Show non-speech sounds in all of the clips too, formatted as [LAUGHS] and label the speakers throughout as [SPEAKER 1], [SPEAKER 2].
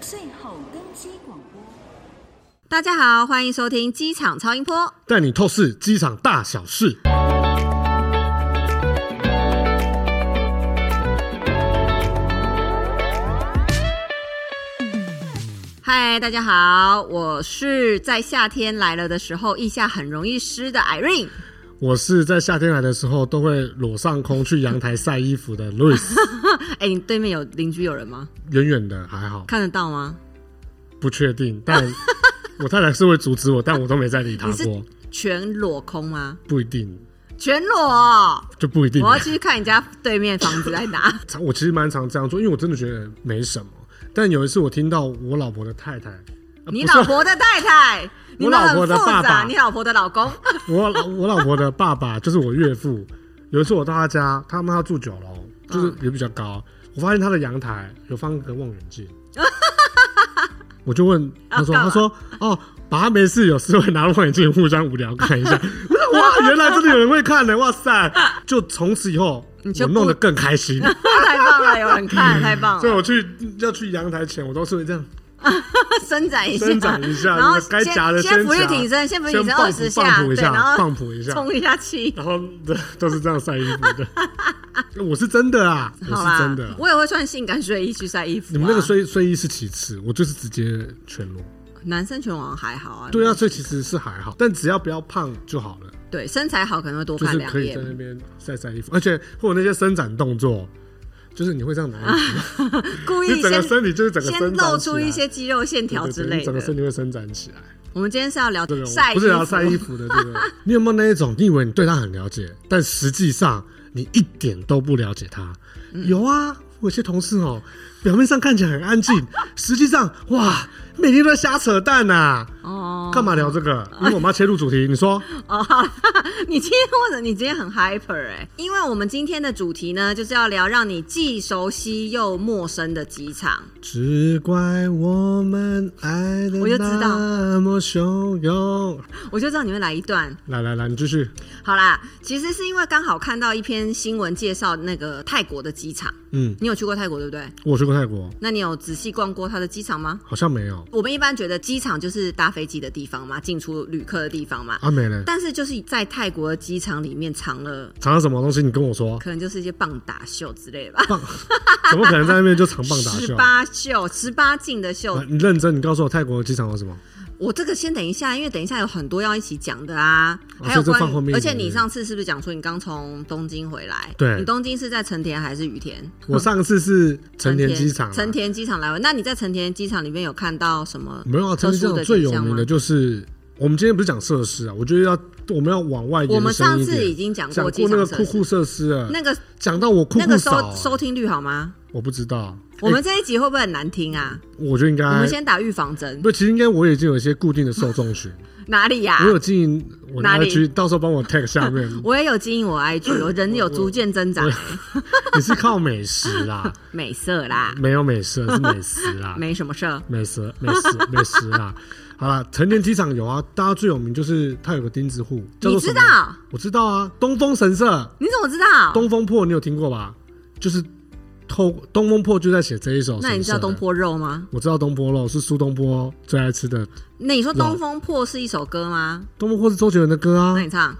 [SPEAKER 1] 最后登机广播。
[SPEAKER 2] 大家好，欢迎收听机场超音波。
[SPEAKER 3] 带你透视机场大小事。
[SPEAKER 2] 嗨，大家好，我是在夏天来了的时候，腋下很容易湿的 Irene。
[SPEAKER 3] 我是在夏天来的时候都会裸上空去阳台晒衣服的
[SPEAKER 2] [LAUGHS]
[SPEAKER 3] Louis，
[SPEAKER 2] 哎，你对面有邻居有人吗？
[SPEAKER 3] 远远的还好，
[SPEAKER 2] 看得到吗？
[SPEAKER 3] 不确定，但我太太是会阻止我，但我都没再理她
[SPEAKER 2] 你是
[SPEAKER 3] 过，
[SPEAKER 2] 全裸空吗？
[SPEAKER 3] 不一定
[SPEAKER 2] 全裸哦、
[SPEAKER 3] 就不一定。
[SPEAKER 2] 我要去看你家对面房子在哪。
[SPEAKER 3] 常我其实蛮常这样做，因为我真的觉得没什么。但有一次我听到我老婆的太太，呃
[SPEAKER 2] 你
[SPEAKER 3] [LAUGHS] 不是
[SPEAKER 2] 老婆的太太，你
[SPEAKER 3] [LAUGHS] 我
[SPEAKER 2] 们
[SPEAKER 3] 老
[SPEAKER 2] 很
[SPEAKER 3] 婆的
[SPEAKER 2] 复
[SPEAKER 3] 爸
[SPEAKER 2] 杂，
[SPEAKER 3] 爸
[SPEAKER 2] 你老婆的老公。 [LAUGHS]
[SPEAKER 3] 我老我老婆的爸爸就是我岳父。有一次我到他家，他妈住九楼，
[SPEAKER 2] 嗯
[SPEAKER 3] 就是也比较高，我发现他的阳台有放个望远
[SPEAKER 2] [LAUGHS]
[SPEAKER 3] 镜，我就问他说：“
[SPEAKER 2] 啊干嘛
[SPEAKER 3] 他说哦，爸没事，有时会拿望远镜互相无聊看一下。” [LAUGHS] 我说：“哇，原来真的有人会看呢！哇塞！”就从此以后，
[SPEAKER 2] 你就哦
[SPEAKER 3] 我弄得更开心。
[SPEAKER 2] 太棒了，有人
[SPEAKER 3] 嗯
[SPEAKER 2] 看，太棒
[SPEAKER 3] 所以
[SPEAKER 2] 了，
[SPEAKER 3] 我去要去阳台前，我都是会这样。
[SPEAKER 2] 伸展一下，
[SPEAKER 3] 伸展一下
[SPEAKER 2] 然后
[SPEAKER 3] 该
[SPEAKER 2] 先
[SPEAKER 3] 夹的
[SPEAKER 2] 先
[SPEAKER 3] 先
[SPEAKER 2] 俯卧
[SPEAKER 3] 夹
[SPEAKER 2] 挺身，先俯卧挺身
[SPEAKER 3] 先
[SPEAKER 2] 二
[SPEAKER 3] 放
[SPEAKER 2] 十
[SPEAKER 3] 脯
[SPEAKER 2] 下，
[SPEAKER 3] 放脯
[SPEAKER 2] 对，
[SPEAKER 3] 一下
[SPEAKER 2] 然后
[SPEAKER 3] 放脯一下
[SPEAKER 2] 充一下气，
[SPEAKER 3] 然后都是这样晒衣服的。
[SPEAKER 2] [LAUGHS]
[SPEAKER 3] 我是真的啊，我
[SPEAKER 2] 好
[SPEAKER 3] 是
[SPEAKER 2] 啦，
[SPEAKER 3] 真的啊、
[SPEAKER 2] 我也会穿性感睡衣去晒衣服、啊。
[SPEAKER 3] 你们那个睡睡衣是其次，我就是直接全裸。
[SPEAKER 2] 男生全网还好啊，
[SPEAKER 3] 对啊，所以其实是还好，但只要不要胖就好了，
[SPEAKER 2] 对身材好可能会多
[SPEAKER 3] 就是
[SPEAKER 2] 看两
[SPEAKER 3] 可以在
[SPEAKER 2] 眼。
[SPEAKER 3] 那边晒晒衣服，而且会有那些伸展动作，就是你会这样拿衣
[SPEAKER 2] [LAUGHS]
[SPEAKER 3] 服，
[SPEAKER 2] 故意
[SPEAKER 3] 你整
[SPEAKER 2] 先
[SPEAKER 3] 个身体就是整个
[SPEAKER 2] 先
[SPEAKER 3] 伸展
[SPEAKER 2] 露
[SPEAKER 3] 起
[SPEAKER 2] 出
[SPEAKER 3] 来
[SPEAKER 2] 一些肌肉线条
[SPEAKER 3] 对对
[SPEAKER 2] 之
[SPEAKER 3] 对
[SPEAKER 2] 类
[SPEAKER 3] 你整个身
[SPEAKER 2] 的。
[SPEAKER 3] 体会伸展起来。
[SPEAKER 2] 我们今天是要聊
[SPEAKER 3] 这个
[SPEAKER 2] 晒衣
[SPEAKER 3] 啊我不
[SPEAKER 2] 服，
[SPEAKER 3] 是聊晒衣服
[SPEAKER 2] [LAUGHS]
[SPEAKER 3] 的，这个你有没有那一种，你以为你对他很了解，但实际上你一点都不了解他？
[SPEAKER 2] 嗯
[SPEAKER 3] 有啊，我有些同事哦，表面上看起来很
[SPEAKER 2] [LAUGHS]
[SPEAKER 3] 安静，实际上哇，每天都在瞎扯淡呐、
[SPEAKER 2] 哦。
[SPEAKER 3] 干嘛聊这个？因为我们要切入主题，
[SPEAKER 2] [LAUGHS]
[SPEAKER 3] 你说
[SPEAKER 2] 哦，好啦你今天或者你今天很 hyper 哎、因为我们今天的主题呢，就是要聊让你既熟悉又陌生的机场。
[SPEAKER 3] 只怪我们爱的
[SPEAKER 2] 我就知道
[SPEAKER 3] 那么汹涌。
[SPEAKER 2] 我就知道你会来一段。
[SPEAKER 3] 来来来，你继续。
[SPEAKER 2] 好啦，其实是因为刚好看到一篇新闻介绍那个泰国的机场，
[SPEAKER 3] 嗯，
[SPEAKER 2] 你有去过泰国对不对？
[SPEAKER 3] 我去过泰国，
[SPEAKER 2] 那你有仔细逛过它的机场吗？
[SPEAKER 3] 好像没有
[SPEAKER 2] 我们一般觉得机场就是搭飞机的地方嘛，进出旅客的地方嘛。
[SPEAKER 3] 啊，没了。
[SPEAKER 2] 但是就是在泰国的机场里面藏了，
[SPEAKER 3] 藏了什么东西？你跟
[SPEAKER 2] [LAUGHS]
[SPEAKER 3] 我说。
[SPEAKER 2] 可能就是一些棒打秀之类的吧，
[SPEAKER 3] 棒，怎么可能在那边就哦藏棒
[SPEAKER 2] [LAUGHS]
[SPEAKER 3] 打
[SPEAKER 2] 十
[SPEAKER 3] 秀？
[SPEAKER 2] 八秀、十八禁的秀
[SPEAKER 3] 来，你认真，你告诉我泰国机场有什么？
[SPEAKER 2] 我这个先等一下，因为等一下有很多要一起讲的啊，
[SPEAKER 3] 哦
[SPEAKER 2] 还有
[SPEAKER 3] 所以这
[SPEAKER 2] 关
[SPEAKER 3] 放后
[SPEAKER 2] 于，
[SPEAKER 3] 面
[SPEAKER 2] 而且
[SPEAKER 3] 对
[SPEAKER 2] 你
[SPEAKER 3] 不对
[SPEAKER 2] 上次是不是讲说你刚从东京回来？
[SPEAKER 3] 对
[SPEAKER 2] 你东京是在成田还是羽田？ [LAUGHS]
[SPEAKER 3] 我上次是成田机场
[SPEAKER 2] 嗯
[SPEAKER 3] 啊，
[SPEAKER 2] 成田机场来回。那你在成田机场里面有看到什么
[SPEAKER 3] 没有啊，成
[SPEAKER 2] 特
[SPEAKER 3] 田机
[SPEAKER 2] 殊
[SPEAKER 3] 场
[SPEAKER 2] 的
[SPEAKER 3] 最
[SPEAKER 2] 景
[SPEAKER 3] 有
[SPEAKER 2] 象
[SPEAKER 3] 名
[SPEAKER 2] 吗
[SPEAKER 3] 的？就是我们今天不是讲设施啊，我觉得要我们要往外
[SPEAKER 2] 我
[SPEAKER 3] 延
[SPEAKER 2] 们
[SPEAKER 3] 伸
[SPEAKER 2] 上
[SPEAKER 3] 一
[SPEAKER 2] 次已
[SPEAKER 3] 点。
[SPEAKER 2] 经讲
[SPEAKER 3] 讲
[SPEAKER 2] 过机
[SPEAKER 3] 过那
[SPEAKER 2] 场设
[SPEAKER 3] 个酷
[SPEAKER 2] 施，
[SPEAKER 3] 酷设施了，
[SPEAKER 2] 那个
[SPEAKER 3] 讲到嗯我酷
[SPEAKER 2] 那个
[SPEAKER 3] 酷
[SPEAKER 2] 收
[SPEAKER 3] 少啊，
[SPEAKER 2] 收听率好吗？
[SPEAKER 3] 我不知道，
[SPEAKER 2] 我们
[SPEAKER 3] 欸
[SPEAKER 2] 这一集会不会很难听啊？
[SPEAKER 3] 我觉得应
[SPEAKER 2] 我
[SPEAKER 3] 该
[SPEAKER 2] 们先打预防针， [LAUGHS]
[SPEAKER 3] 不，其实应该我已经有一些固定的受众群，
[SPEAKER 2] 哪里呀、
[SPEAKER 3] 我有经营我的
[SPEAKER 2] 哪里
[SPEAKER 3] IG，到时候帮我 tag 下面， [LAUGHS]
[SPEAKER 2] 我也有经营我
[SPEAKER 3] 哎
[SPEAKER 2] IG，我人有逐渐增长，
[SPEAKER 3] 你是靠美食啦，
[SPEAKER 2] 美色啦，
[SPEAKER 3] 没有美食是美食
[SPEAKER 2] [LAUGHS]
[SPEAKER 3] 啦，
[SPEAKER 2] 没什么事儿。
[SPEAKER 3] 美食、美食、美食啦。 [LAUGHS] 好啦，成田机场有啊，大家最有名就是它有个钉子户，叫
[SPEAKER 2] 你
[SPEAKER 3] 做什
[SPEAKER 2] 知
[SPEAKER 3] 么？
[SPEAKER 2] 道？
[SPEAKER 3] 我知道啊，东风神社、
[SPEAKER 2] 你怎么知道？
[SPEAKER 3] 东风破，你有听过吧？就是偷东风破就在写这一首。
[SPEAKER 2] 那你知道东？坡肉吗？
[SPEAKER 3] 我知道东坡肉是苏东坡哦最爱吃的，
[SPEAKER 2] 那你说《东风破》是一首歌吗？
[SPEAKER 3] 东风破是周杰伦的歌啊
[SPEAKER 2] 那。你唱。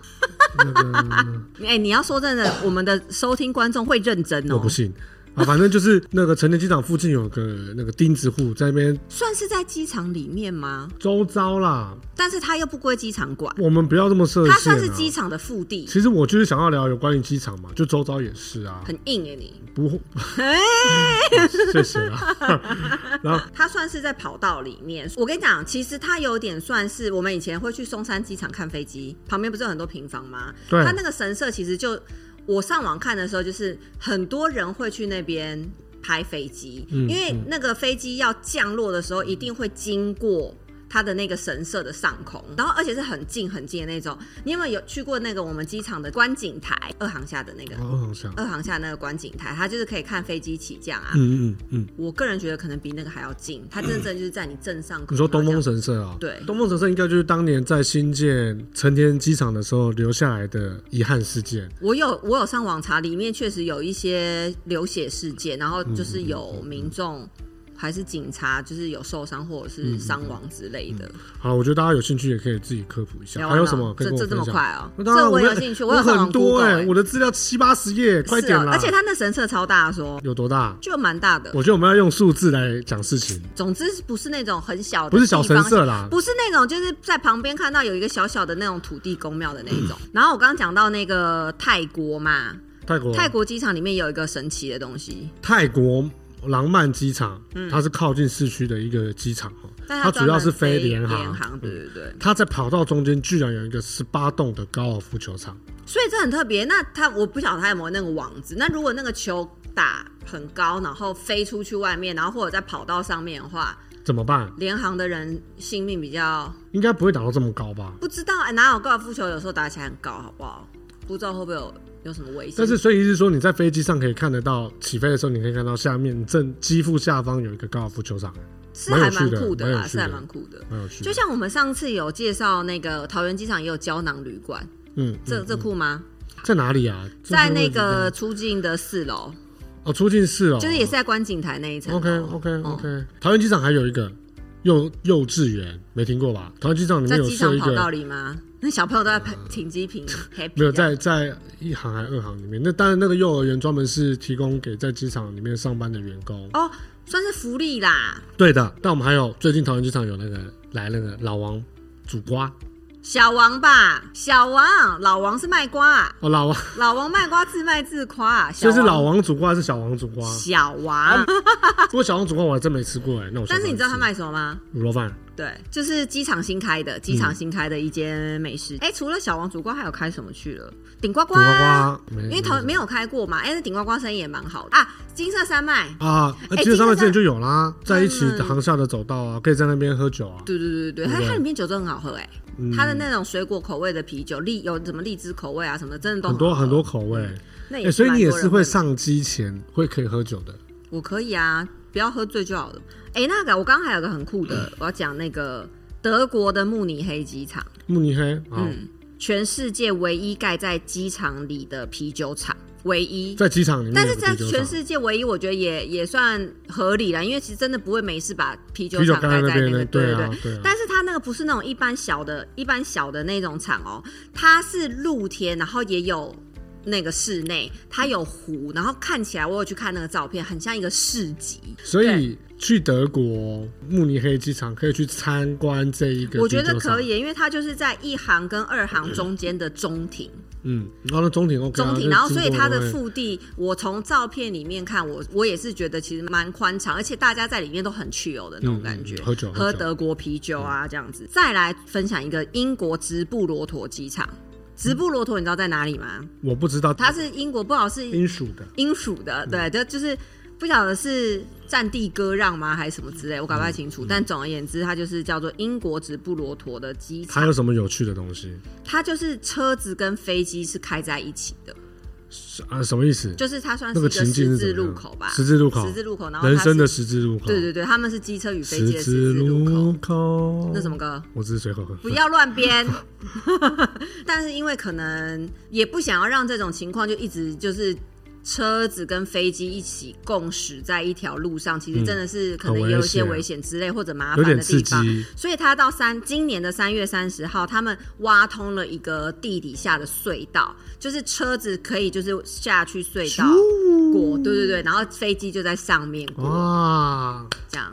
[SPEAKER 3] 那个
[SPEAKER 2] [LAUGHS] 哎、你要说真的，我们的收听观众会认真哦、
[SPEAKER 3] 我不信。啊，反正就是 [LAUGHS] 那个成田机场附近有个那个钉子户，在那边
[SPEAKER 2] 算是在机场里面吗？
[SPEAKER 3] 周遭啦。
[SPEAKER 2] 但是它又不归机场管，
[SPEAKER 3] 我们不要这么设
[SPEAKER 2] 它
[SPEAKER 3] 限、
[SPEAKER 2] 算
[SPEAKER 3] 啊。
[SPEAKER 2] 是机场的腹地，
[SPEAKER 3] 其实我就是想要聊有关于机场嘛，就周遭也是啊。
[SPEAKER 2] 很硬哎、你。
[SPEAKER 3] 不会， [LAUGHS] 谢谢啊啦。然后
[SPEAKER 2] 它算是在跑道里面。我跟你讲，其实它有点算是我们以前会去松山机场看飞机，旁边不是有很多平房吗？
[SPEAKER 3] 对
[SPEAKER 2] 它那个神社其实就我上网看的时候，就是很多人会去那边拍飞机，
[SPEAKER 3] 嗯
[SPEAKER 2] 因为那个飞机要降落的时候一定会经过。它的那个神社的上空，然后而且是很近很近的那种。你有没有有去过那个我们机场的观景台二航下的那个
[SPEAKER 3] 然后哦我想，
[SPEAKER 2] 二航下那个观景台？它就是可以看飞机起降啊。
[SPEAKER 3] 嗯嗯嗯，
[SPEAKER 2] 我个人觉得可能比那个还要近，它真正就是在你正上空。
[SPEAKER 3] 你说东
[SPEAKER 2] 然
[SPEAKER 3] 风
[SPEAKER 2] 后这样
[SPEAKER 3] 神社啊？
[SPEAKER 2] 对
[SPEAKER 3] 东风神社应该就是当年在新建成田机场的时候留下来的遗憾事件。
[SPEAKER 2] 我有我有上网查，里面确实有一些流血事件，然后就是有民众还是警察就是有受伤或者是
[SPEAKER 3] 嗯
[SPEAKER 2] 伤亡之类的。
[SPEAKER 3] 好，我觉得大家有兴趣也可以自己科普一下。
[SPEAKER 2] 聊
[SPEAKER 3] 嗯还
[SPEAKER 2] 完
[SPEAKER 3] 有
[SPEAKER 2] 了
[SPEAKER 3] 什么可以
[SPEAKER 2] 这
[SPEAKER 3] 跟
[SPEAKER 2] 啊
[SPEAKER 3] 我
[SPEAKER 2] 这这么
[SPEAKER 3] 分享
[SPEAKER 2] 快哦
[SPEAKER 3] 那当然
[SPEAKER 2] 这我
[SPEAKER 3] 们
[SPEAKER 2] 有
[SPEAKER 3] [LAUGHS]
[SPEAKER 2] 兴趣
[SPEAKER 3] 我
[SPEAKER 2] 我有上
[SPEAKER 3] 很
[SPEAKER 2] 网
[SPEAKER 3] 多欸
[SPEAKER 2] Google 哎
[SPEAKER 3] 我的资料七八十页，快
[SPEAKER 2] 是
[SPEAKER 3] 点
[SPEAKER 2] 哦，
[SPEAKER 3] 啦！
[SPEAKER 2] 而且他那神社超大说
[SPEAKER 3] 有多大？
[SPEAKER 2] 就蛮大的。
[SPEAKER 3] 我觉得我们要用数字来讲事情。
[SPEAKER 2] 总之不是那种很小的，
[SPEAKER 3] 不是小神社啊啦
[SPEAKER 2] 不是那种就是在旁边看到有一个小小的那种土地公庙的那一种。然后我刚刚讲到那个泰国嘛，
[SPEAKER 3] 泰国，
[SPEAKER 2] 泰国机场里面有一个神奇的东西，
[SPEAKER 3] 泰国廊曼机场，它是靠近市区的一个机场哦
[SPEAKER 2] 嗯但
[SPEAKER 3] 它主要是
[SPEAKER 2] 飞
[SPEAKER 3] 联
[SPEAKER 2] 航，联
[SPEAKER 3] 航。嗯
[SPEAKER 2] 对对对，
[SPEAKER 3] 它在跑道中间居然有一个十八栋的高尔夫球场，
[SPEAKER 2] 所以这很特别。那它我不晓得它有没有那个网子，那如果那个球打很高，然后飞出去外面，然后或者在跑道上面的话，
[SPEAKER 3] 怎么办？
[SPEAKER 2] 联航的人性命比较
[SPEAKER 3] 应该不会打到这么高吧？
[SPEAKER 2] 不知道，哎、哪有高尔夫球有时候打起来很高，好不好？不知道会不会有有什么危险？
[SPEAKER 3] 但是所以意思是说，你在飞机上可以看得到，起飞的时候你可以看到下面正机腹下方有一个高尔夫球场，
[SPEAKER 2] 是还蛮酷
[SPEAKER 3] 蛮有趣的蛮有
[SPEAKER 2] 啦，
[SPEAKER 3] 趣的
[SPEAKER 2] 是还蛮酷的。
[SPEAKER 3] 蛮有趣的。
[SPEAKER 2] 就像我们上次有介绍那个桃园机场也有胶囊旅馆，
[SPEAKER 3] 嗯，
[SPEAKER 2] 这这酷吗？
[SPEAKER 3] 在哪里啊？
[SPEAKER 2] 在
[SPEAKER 3] 这是
[SPEAKER 2] 那
[SPEAKER 3] 位置
[SPEAKER 2] 个出境的四楼，
[SPEAKER 3] 哦，出境室哦，
[SPEAKER 2] 就是也是在观景台那一层。
[SPEAKER 3] OK OK
[SPEAKER 2] 哦
[SPEAKER 3] OK、桃园机场还有一个幼幼稚园，没听过吧？桃园机场里
[SPEAKER 2] 在
[SPEAKER 3] 面有
[SPEAKER 2] 机
[SPEAKER 3] 设
[SPEAKER 2] 场
[SPEAKER 3] 一
[SPEAKER 2] 跑道
[SPEAKER 3] 个，
[SPEAKER 2] 里吗？那小朋友都在拍停机
[SPEAKER 3] [LAUGHS]
[SPEAKER 2] 坪哦 happy，
[SPEAKER 3] 没有
[SPEAKER 2] 这样
[SPEAKER 3] 在在一行还二行里面。那当然，那个幼儿园专门是提供给在机场里面上班的员工。
[SPEAKER 2] 哦，算是福利啦。
[SPEAKER 3] 对的，但我们还有最近桃园机场有那个来那个老王煮瓜
[SPEAKER 2] 小王吧，小王，老王是卖瓜啊，
[SPEAKER 3] 哦，老王
[SPEAKER 2] 老王卖瓜自卖自夸啊，小王
[SPEAKER 3] 就是老王煮瓜还是小王煮瓜？
[SPEAKER 2] 小王。
[SPEAKER 3] 不过小王煮瓜我还真没吃过哎，那我
[SPEAKER 2] 但是你知道他
[SPEAKER 3] 们
[SPEAKER 2] 卖什么吗？
[SPEAKER 3] 卤肉饭
[SPEAKER 2] 对，就是机场新开的，机场新开的一间美
[SPEAKER 3] 嗯
[SPEAKER 2] 食。哎、除了小王煮瓜，还有开什么去了？顶呱呱
[SPEAKER 3] 煮瓜
[SPEAKER 2] 啊，
[SPEAKER 3] 瓜，因
[SPEAKER 2] 因为桃没有开过嘛。哎、那顶呱呱生意也蛮好的啊。金色山脉，
[SPEAKER 3] 啊，呃
[SPEAKER 2] 哎
[SPEAKER 3] 记得他
[SPEAKER 2] 金山
[SPEAKER 3] 们之前就有啦，在一起
[SPEAKER 2] 他们
[SPEAKER 3] 航校的走道啊，可以在那边喝酒啊。
[SPEAKER 2] 对对对对对，它
[SPEAKER 3] 对嗯
[SPEAKER 2] 它里面酒真的很好喝哎、它的那种水果口味的啤酒，荔有什么荔枝口味啊什么的，真的都
[SPEAKER 3] 很多
[SPEAKER 2] 好喝
[SPEAKER 3] 很多。口味。
[SPEAKER 2] 那
[SPEAKER 3] 哎、
[SPEAKER 2] 也是
[SPEAKER 3] 所以你也
[SPEAKER 2] 蛮多
[SPEAKER 3] 是
[SPEAKER 2] 人
[SPEAKER 3] 会
[SPEAKER 2] 的，
[SPEAKER 3] 上机前会可以喝酒的。
[SPEAKER 2] 我可以啊，不要喝醉就好了。哎、那个我刚刚还有个很酷
[SPEAKER 3] 嗯
[SPEAKER 2] 的，我要讲那个德国的慕尼黑机场，
[SPEAKER 3] 慕尼黑啊，
[SPEAKER 2] 嗯全世界唯一盖在机场里的啤酒厂，唯一。
[SPEAKER 3] 在机场里面
[SPEAKER 2] 但
[SPEAKER 3] 有
[SPEAKER 2] 是
[SPEAKER 3] 个
[SPEAKER 2] 在
[SPEAKER 3] 啤酒
[SPEAKER 2] 全
[SPEAKER 3] 厂
[SPEAKER 2] 世界唯一，我觉得也也算合理啦，因为其实真的不会没事把啤酒
[SPEAKER 3] 啤酒
[SPEAKER 2] 厂
[SPEAKER 3] 盖
[SPEAKER 2] 盖在
[SPEAKER 3] 在那
[SPEAKER 2] 那
[SPEAKER 3] 边
[SPEAKER 2] 个，
[SPEAKER 3] 呢
[SPEAKER 2] 对
[SPEAKER 3] 对啊
[SPEAKER 2] 对。
[SPEAKER 3] 对啊
[SPEAKER 2] 但是它那个不是那种一般小的、一般小的那种厂哦，它是露天，然后也有那个室内，它有湖，然后看起来我有去看那个照片，很像一个市集。
[SPEAKER 3] 所以去德国慕尼黑机场可以去参观这一个。
[SPEAKER 2] 我觉得可。以，因为它就是在一行跟二行中间的中庭。
[SPEAKER 3] 嗯，然后那中庭 OK 啊、
[SPEAKER 2] 中庭，
[SPEAKER 3] 就
[SPEAKER 2] 然后
[SPEAKER 3] 经
[SPEAKER 2] 所以
[SPEAKER 3] 过
[SPEAKER 2] 它的
[SPEAKER 3] 那边
[SPEAKER 2] 腹地，我从照片里面看，我我也是觉得其实蛮宽敞，而且大家在里面都很去游的那种感觉，
[SPEAKER 3] 嗯嗯嗯喝酒喝
[SPEAKER 2] 喝
[SPEAKER 3] 酒嗯
[SPEAKER 2] 德国啤酒啊这样子。再来分享一个英国直布罗陀机场，直布罗陀你知道在哪里吗？
[SPEAKER 3] 我不知道
[SPEAKER 2] 它是英国，不好是
[SPEAKER 3] 英嗯属的，
[SPEAKER 2] 英属的，对，这就是不晓得是战地割让吗，还是什么之类，我搞不
[SPEAKER 3] 嗯
[SPEAKER 2] 太清楚。但总而言之，它就是叫做英国直布罗陀的机
[SPEAKER 3] 它
[SPEAKER 2] 场，
[SPEAKER 3] 有什么有趣的东西？
[SPEAKER 2] 它就是车子跟飞机是开在一起的。
[SPEAKER 3] 是啊，什么意思？
[SPEAKER 2] 就是它算是
[SPEAKER 3] 那
[SPEAKER 2] 一个
[SPEAKER 3] 个情
[SPEAKER 2] 十
[SPEAKER 3] 境
[SPEAKER 2] 字
[SPEAKER 3] 是怎么
[SPEAKER 2] 路
[SPEAKER 3] 样
[SPEAKER 2] 口吧，
[SPEAKER 3] 十字路口，
[SPEAKER 2] 十字路口，然后它
[SPEAKER 3] 人生的
[SPEAKER 2] 是
[SPEAKER 3] 十字路口，
[SPEAKER 2] 对对对，他们是机车与飞
[SPEAKER 3] 十
[SPEAKER 2] 机的十字路
[SPEAKER 3] 路
[SPEAKER 2] 口。
[SPEAKER 3] 口。
[SPEAKER 2] 那什么？歌？
[SPEAKER 3] 我只是随口哼
[SPEAKER 2] 不要乱编。 [LAUGHS] 但是因为可能也不想要让这种情况就一直就是。车子跟飞机一起共驶在一条路上，其实真的是可能也有一些
[SPEAKER 3] 很危险
[SPEAKER 2] 危险之类或者麻
[SPEAKER 3] 有
[SPEAKER 2] 烦
[SPEAKER 3] 点
[SPEAKER 2] 的
[SPEAKER 3] 刺
[SPEAKER 2] 地
[SPEAKER 3] 激
[SPEAKER 2] 方。所以他到三今年的三月三十号，他们挖通了一个地底下的隧道，就是车子可以就是下去隧道过，对对对，然后飞机就在上面过，
[SPEAKER 3] 哇，
[SPEAKER 2] 这样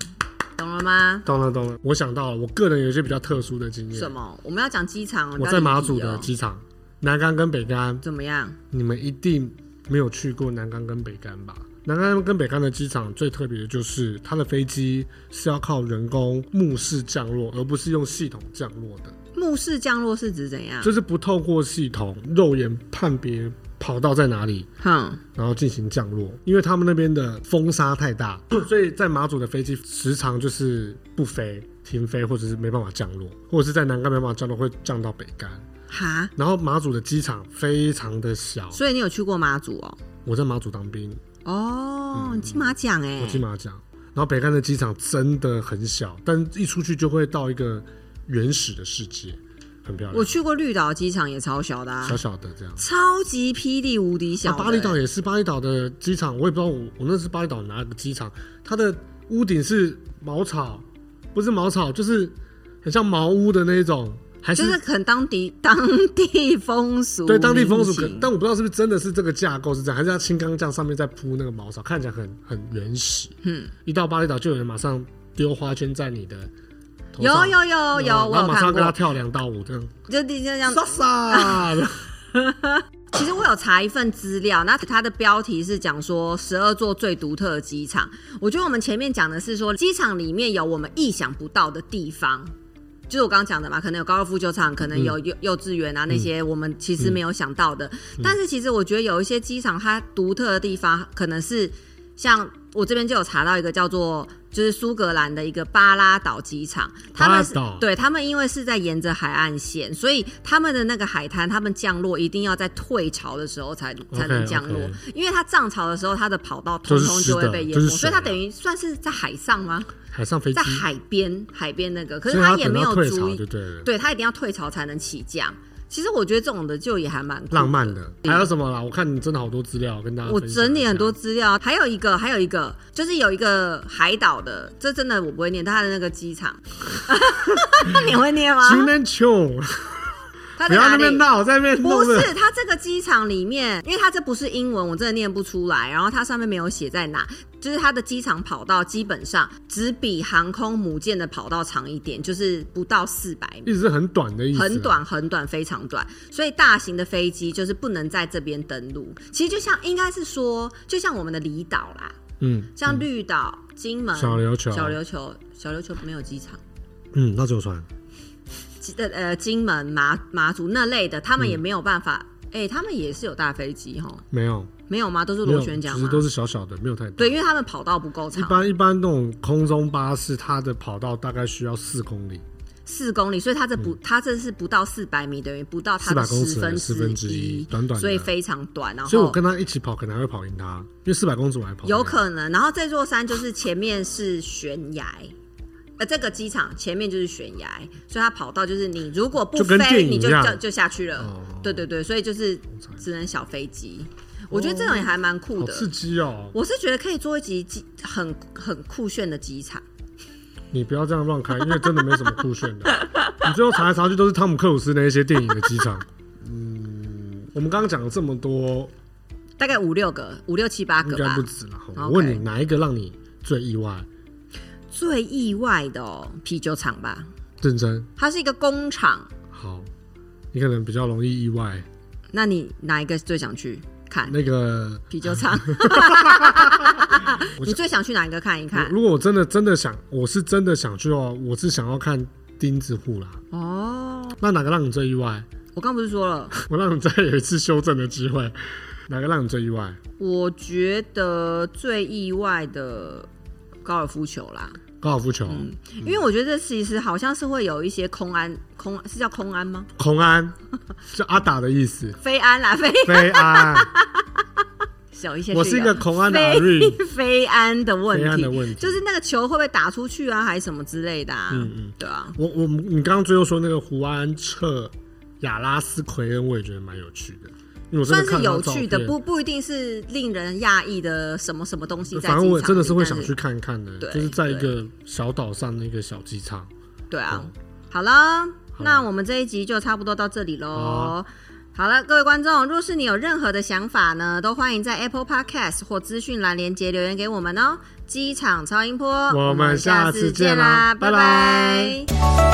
[SPEAKER 2] 懂了吗？
[SPEAKER 3] 懂了懂了，我想到了，我个人有一些比较特殊的经验。
[SPEAKER 2] 什么？我们要讲机场哦，你不
[SPEAKER 3] 哦我
[SPEAKER 2] 要
[SPEAKER 3] 在
[SPEAKER 2] 离
[SPEAKER 3] 马
[SPEAKER 2] 题
[SPEAKER 3] 祖的
[SPEAKER 2] 哦
[SPEAKER 3] 机场，南竿跟北竿，
[SPEAKER 2] 怎么样？
[SPEAKER 3] 你们一定没有去过南竿跟北竿吧？南竿跟北竿的机场最特别的就是它的飞机是要靠人工目视降落，而不是用系统降落的，
[SPEAKER 2] 目视降落是指怎样？
[SPEAKER 3] 就是不透过系统肉眼判别跑道在哪里，
[SPEAKER 2] 哼，
[SPEAKER 3] 然后进行降落，因为他们那边的风沙太大， [COUGHS] 所以在马祖的飞机时常就是不飞、停飞，或者是没办法降落，或者是在南竿没办法降落，会降到北竿。
[SPEAKER 2] 哈，
[SPEAKER 3] 然后马祖的机场非常的小，
[SPEAKER 2] 所以你有去过马祖哦？
[SPEAKER 3] 我在马祖当兵，
[SPEAKER 2] 哦，你金马奖哎
[SPEAKER 3] 嗯我，金马奖。然后北干的机场真的很小，但一出去就会到一个原始的世界，很漂
[SPEAKER 2] 我
[SPEAKER 3] 亮，
[SPEAKER 2] 去过绿岛机场也超小的、啊
[SPEAKER 3] 小，小的这样。
[SPEAKER 2] 超级霹雳无敌小
[SPEAKER 3] 啊，
[SPEAKER 2] 的欸、
[SPEAKER 3] 巴厘岛也是巴厘岛的机场，我也不知道我我那是巴厘岛哪个机场，它的屋顶是茅草，不是茅草，就是很像茅屋的那一种，还是
[SPEAKER 2] 就是可能当地 [LAUGHS] 当地风俗，
[SPEAKER 3] 对当地风俗可
[SPEAKER 2] 民情，
[SPEAKER 3] 但我不知道是不是真的是这个架构是这样，还是它轻钢架上面在铺那个茅草，看起来很很原始。嗯，一到巴厘岛就有人马上丢花圈在你的头
[SPEAKER 2] 有
[SPEAKER 3] 上，嗯
[SPEAKER 2] 有哦有有，
[SPEAKER 3] 然
[SPEAKER 2] 我
[SPEAKER 3] 后
[SPEAKER 2] 有
[SPEAKER 3] 马
[SPEAKER 2] 看
[SPEAKER 3] 上跟他
[SPEAKER 2] 过，
[SPEAKER 3] 跳两到舞这样，
[SPEAKER 2] 就就这样
[SPEAKER 3] 莎莎，
[SPEAKER 2] [LAUGHS] 其实我有查一份资料，那它的标题是讲说十二座最独特的机场。我觉得我们前面讲的是说，机场里面有我们意想不到的地方。就是我刚刚讲的嘛，可能有高尔夫球场，可能有幼幼稚园啊、那些我们其实没有想到的。但是其实我觉得有一些机场它独特的地方，可能是像我这边就有查到一个叫做就是苏格兰的一个巴拉岛机场，他们是
[SPEAKER 3] 巴拉岛
[SPEAKER 2] 对他们因为是在沿着海岸线，所以他们的那个海滩，他们降落一定要在退潮的时候才才能
[SPEAKER 3] OK，
[SPEAKER 2] 降落
[SPEAKER 3] OK
[SPEAKER 2] 因为它涨潮的时候，它的跑道
[SPEAKER 3] 就
[SPEAKER 2] 通
[SPEAKER 3] 是
[SPEAKER 2] 通
[SPEAKER 3] 湿
[SPEAKER 2] 就会
[SPEAKER 3] 的
[SPEAKER 2] 被淹
[SPEAKER 3] 就
[SPEAKER 2] 没，
[SPEAKER 3] 是
[SPEAKER 2] 所以
[SPEAKER 3] 水
[SPEAKER 2] 它
[SPEAKER 3] 啊
[SPEAKER 2] 等于算是在海上吗？
[SPEAKER 3] 海上飞机
[SPEAKER 2] 在，海边海边那个，可
[SPEAKER 3] 所
[SPEAKER 2] 是
[SPEAKER 3] 以
[SPEAKER 2] 它
[SPEAKER 3] 他
[SPEAKER 2] 也
[SPEAKER 3] 等
[SPEAKER 2] 没
[SPEAKER 3] 到
[SPEAKER 2] 有
[SPEAKER 3] 退
[SPEAKER 2] 足
[SPEAKER 3] 潮
[SPEAKER 2] 以
[SPEAKER 3] 就对了。
[SPEAKER 2] 对，它一定要退潮才能起降。其实我觉得这种的就也还蛮酷
[SPEAKER 3] 浪漫的，还有什么啦？我看你真的好多资料，跟大家
[SPEAKER 2] 我
[SPEAKER 3] 啊分享
[SPEAKER 2] 整理
[SPEAKER 3] 一下 [LAUGHS]
[SPEAKER 2] 很多资料，还有一个，还有一个，就是有一个海岛的，这真的我不会念，它的那个机场， [LAUGHS] 你会念吗？
[SPEAKER 3] 金南琼，
[SPEAKER 2] 它啊在
[SPEAKER 3] 不要
[SPEAKER 2] 哪
[SPEAKER 3] 那
[SPEAKER 2] 里
[SPEAKER 3] 边？闹，在那边弄
[SPEAKER 2] 不
[SPEAKER 3] 的
[SPEAKER 2] 是，它这个机场里面，因为它这不是英文，我真的念不出来。然后它上面没有写在哪，就是它的机场跑道基本上只比航空母舰的跑道长一点，就是不到四百米。
[SPEAKER 3] 一直很短的意思，
[SPEAKER 2] 很。短很短，非常短，所以大型的飞机就是不能在这边登陆。其实就像应该是说，就像我们的离岛啦，
[SPEAKER 3] 嗯，
[SPEAKER 2] 像绿岛、金门、
[SPEAKER 3] 小琉球
[SPEAKER 2] 小琉球、小琉球没有机场，
[SPEAKER 3] 嗯，那就算
[SPEAKER 2] 金呃呃金门、马马祖那类的，他
[SPEAKER 3] 嗯
[SPEAKER 2] 们也没有办法。哎、他们也是有大飞机哈，
[SPEAKER 3] 没有，
[SPEAKER 2] 没有吗？都是
[SPEAKER 3] 没有
[SPEAKER 2] 螺旋桨
[SPEAKER 3] 其
[SPEAKER 2] 吗
[SPEAKER 3] 实？都是小小的，没有太大。
[SPEAKER 2] 对，因为他们跑道不够
[SPEAKER 3] 一
[SPEAKER 2] 长，
[SPEAKER 3] 般一般那种空中巴士，它的跑道大概需要四公里，
[SPEAKER 2] 四公里，所以它这不，它这是不到四百米，等于不到它的
[SPEAKER 3] 400公尺
[SPEAKER 2] 分
[SPEAKER 3] 10分之
[SPEAKER 2] 一
[SPEAKER 3] 一，短短的
[SPEAKER 2] 所以非常短。然后
[SPEAKER 3] 所以我跟他一起跑，可能还会跑赢他，因为四百公尺我还跑不赢。
[SPEAKER 2] 有可能。然后这座山就是前面是悬崖，呃，这个机场前面就是悬崖，所以它跑道就是你如果不
[SPEAKER 3] 就跟
[SPEAKER 2] 飞，
[SPEAKER 3] 电影
[SPEAKER 2] 你就
[SPEAKER 3] 一样
[SPEAKER 2] 就就下去了。
[SPEAKER 3] 哦
[SPEAKER 2] 对对对，所以就是只能小飞机。我觉得这种也还蛮酷
[SPEAKER 3] 好
[SPEAKER 2] 的。
[SPEAKER 3] 刺激哦！
[SPEAKER 2] 我是觉得可以做一集机很很酷炫的机场，
[SPEAKER 3] 你不要这样乱开，因为真的没什么酷炫的。 [LAUGHS] 你最后查来查去都是汤姆克鲁斯那一些电影的机场。嗯，我们刚刚讲了这么多，
[SPEAKER 2] 大概五六个、五六七八
[SPEAKER 3] 应
[SPEAKER 2] 个
[SPEAKER 3] 该
[SPEAKER 2] 吧
[SPEAKER 3] 不。止了。
[SPEAKER 2] OK
[SPEAKER 3] 我问你，哪一个让你最意外？
[SPEAKER 2] 最意外的哦，啤酒厂吧，
[SPEAKER 3] 认真
[SPEAKER 2] 它是一个工厂。
[SPEAKER 3] 好，你可能比较容易意外。
[SPEAKER 2] 那你哪一个最想去看？
[SPEAKER 3] 那个，
[SPEAKER 2] 啤酒
[SPEAKER 3] [LAUGHS]
[SPEAKER 2] 厂。你最想去哪一个看一看？
[SPEAKER 3] 如果我真的真的想，我是真的想去哦，我是想要看钉子户啦。
[SPEAKER 2] 哦，
[SPEAKER 3] 那哪个让你最意外？ [LAUGHS]
[SPEAKER 2] 我刚不是说了，
[SPEAKER 3] 我让你再有一次修正的机会。哪个让你最意外？
[SPEAKER 2] 我觉得最意外的高尔夫球啦，
[SPEAKER 3] 高尔夫球、
[SPEAKER 2] 因为我觉得其实好像是会有一些空安，空是叫空安吗？。
[SPEAKER 3] 空安，是阿达的意思
[SPEAKER 2] 飞安啦，飞
[SPEAKER 3] [LAUGHS] 飞
[SPEAKER 2] [LAUGHS]
[SPEAKER 3] 安，
[SPEAKER 2] 小一些。
[SPEAKER 3] 我是一个空安的阿
[SPEAKER 2] [LAUGHS]
[SPEAKER 3] 瑞
[SPEAKER 2] 飞飞安的问
[SPEAKER 3] 飞安
[SPEAKER 2] 题，
[SPEAKER 3] 的问题
[SPEAKER 2] 就是那个球会不会打出去啊，还是什么之类的、啊？嗯嗯，对啊，
[SPEAKER 3] 我我你刚刚最后说那个胡安彻亚拉斯奎恩，我也觉得蛮有趣的，因为我真
[SPEAKER 2] 算
[SPEAKER 3] 的
[SPEAKER 2] 是
[SPEAKER 3] 看到
[SPEAKER 2] 有
[SPEAKER 3] 照
[SPEAKER 2] 趣的，
[SPEAKER 3] 片
[SPEAKER 2] 不不一定是令人讶异的什么什么东西在机
[SPEAKER 3] 反
[SPEAKER 2] 场里。
[SPEAKER 3] 正我也真的是会
[SPEAKER 2] 但
[SPEAKER 3] 想去看看的，
[SPEAKER 2] 对
[SPEAKER 3] 就是在一个小岛上那个小机场。
[SPEAKER 2] 对啊
[SPEAKER 3] 嗯，
[SPEAKER 2] 好了，那我们这一集就差不多到这里喽
[SPEAKER 3] 好。
[SPEAKER 2] 好了，各位观众，若是你有任何的想法呢，都欢迎在 Apple Podcast 或资讯栏连接留言给我们哦。机场超音波，
[SPEAKER 3] 我们下次见啦
[SPEAKER 2] 啦，
[SPEAKER 3] 拜
[SPEAKER 2] 拜
[SPEAKER 3] 拜
[SPEAKER 2] 拜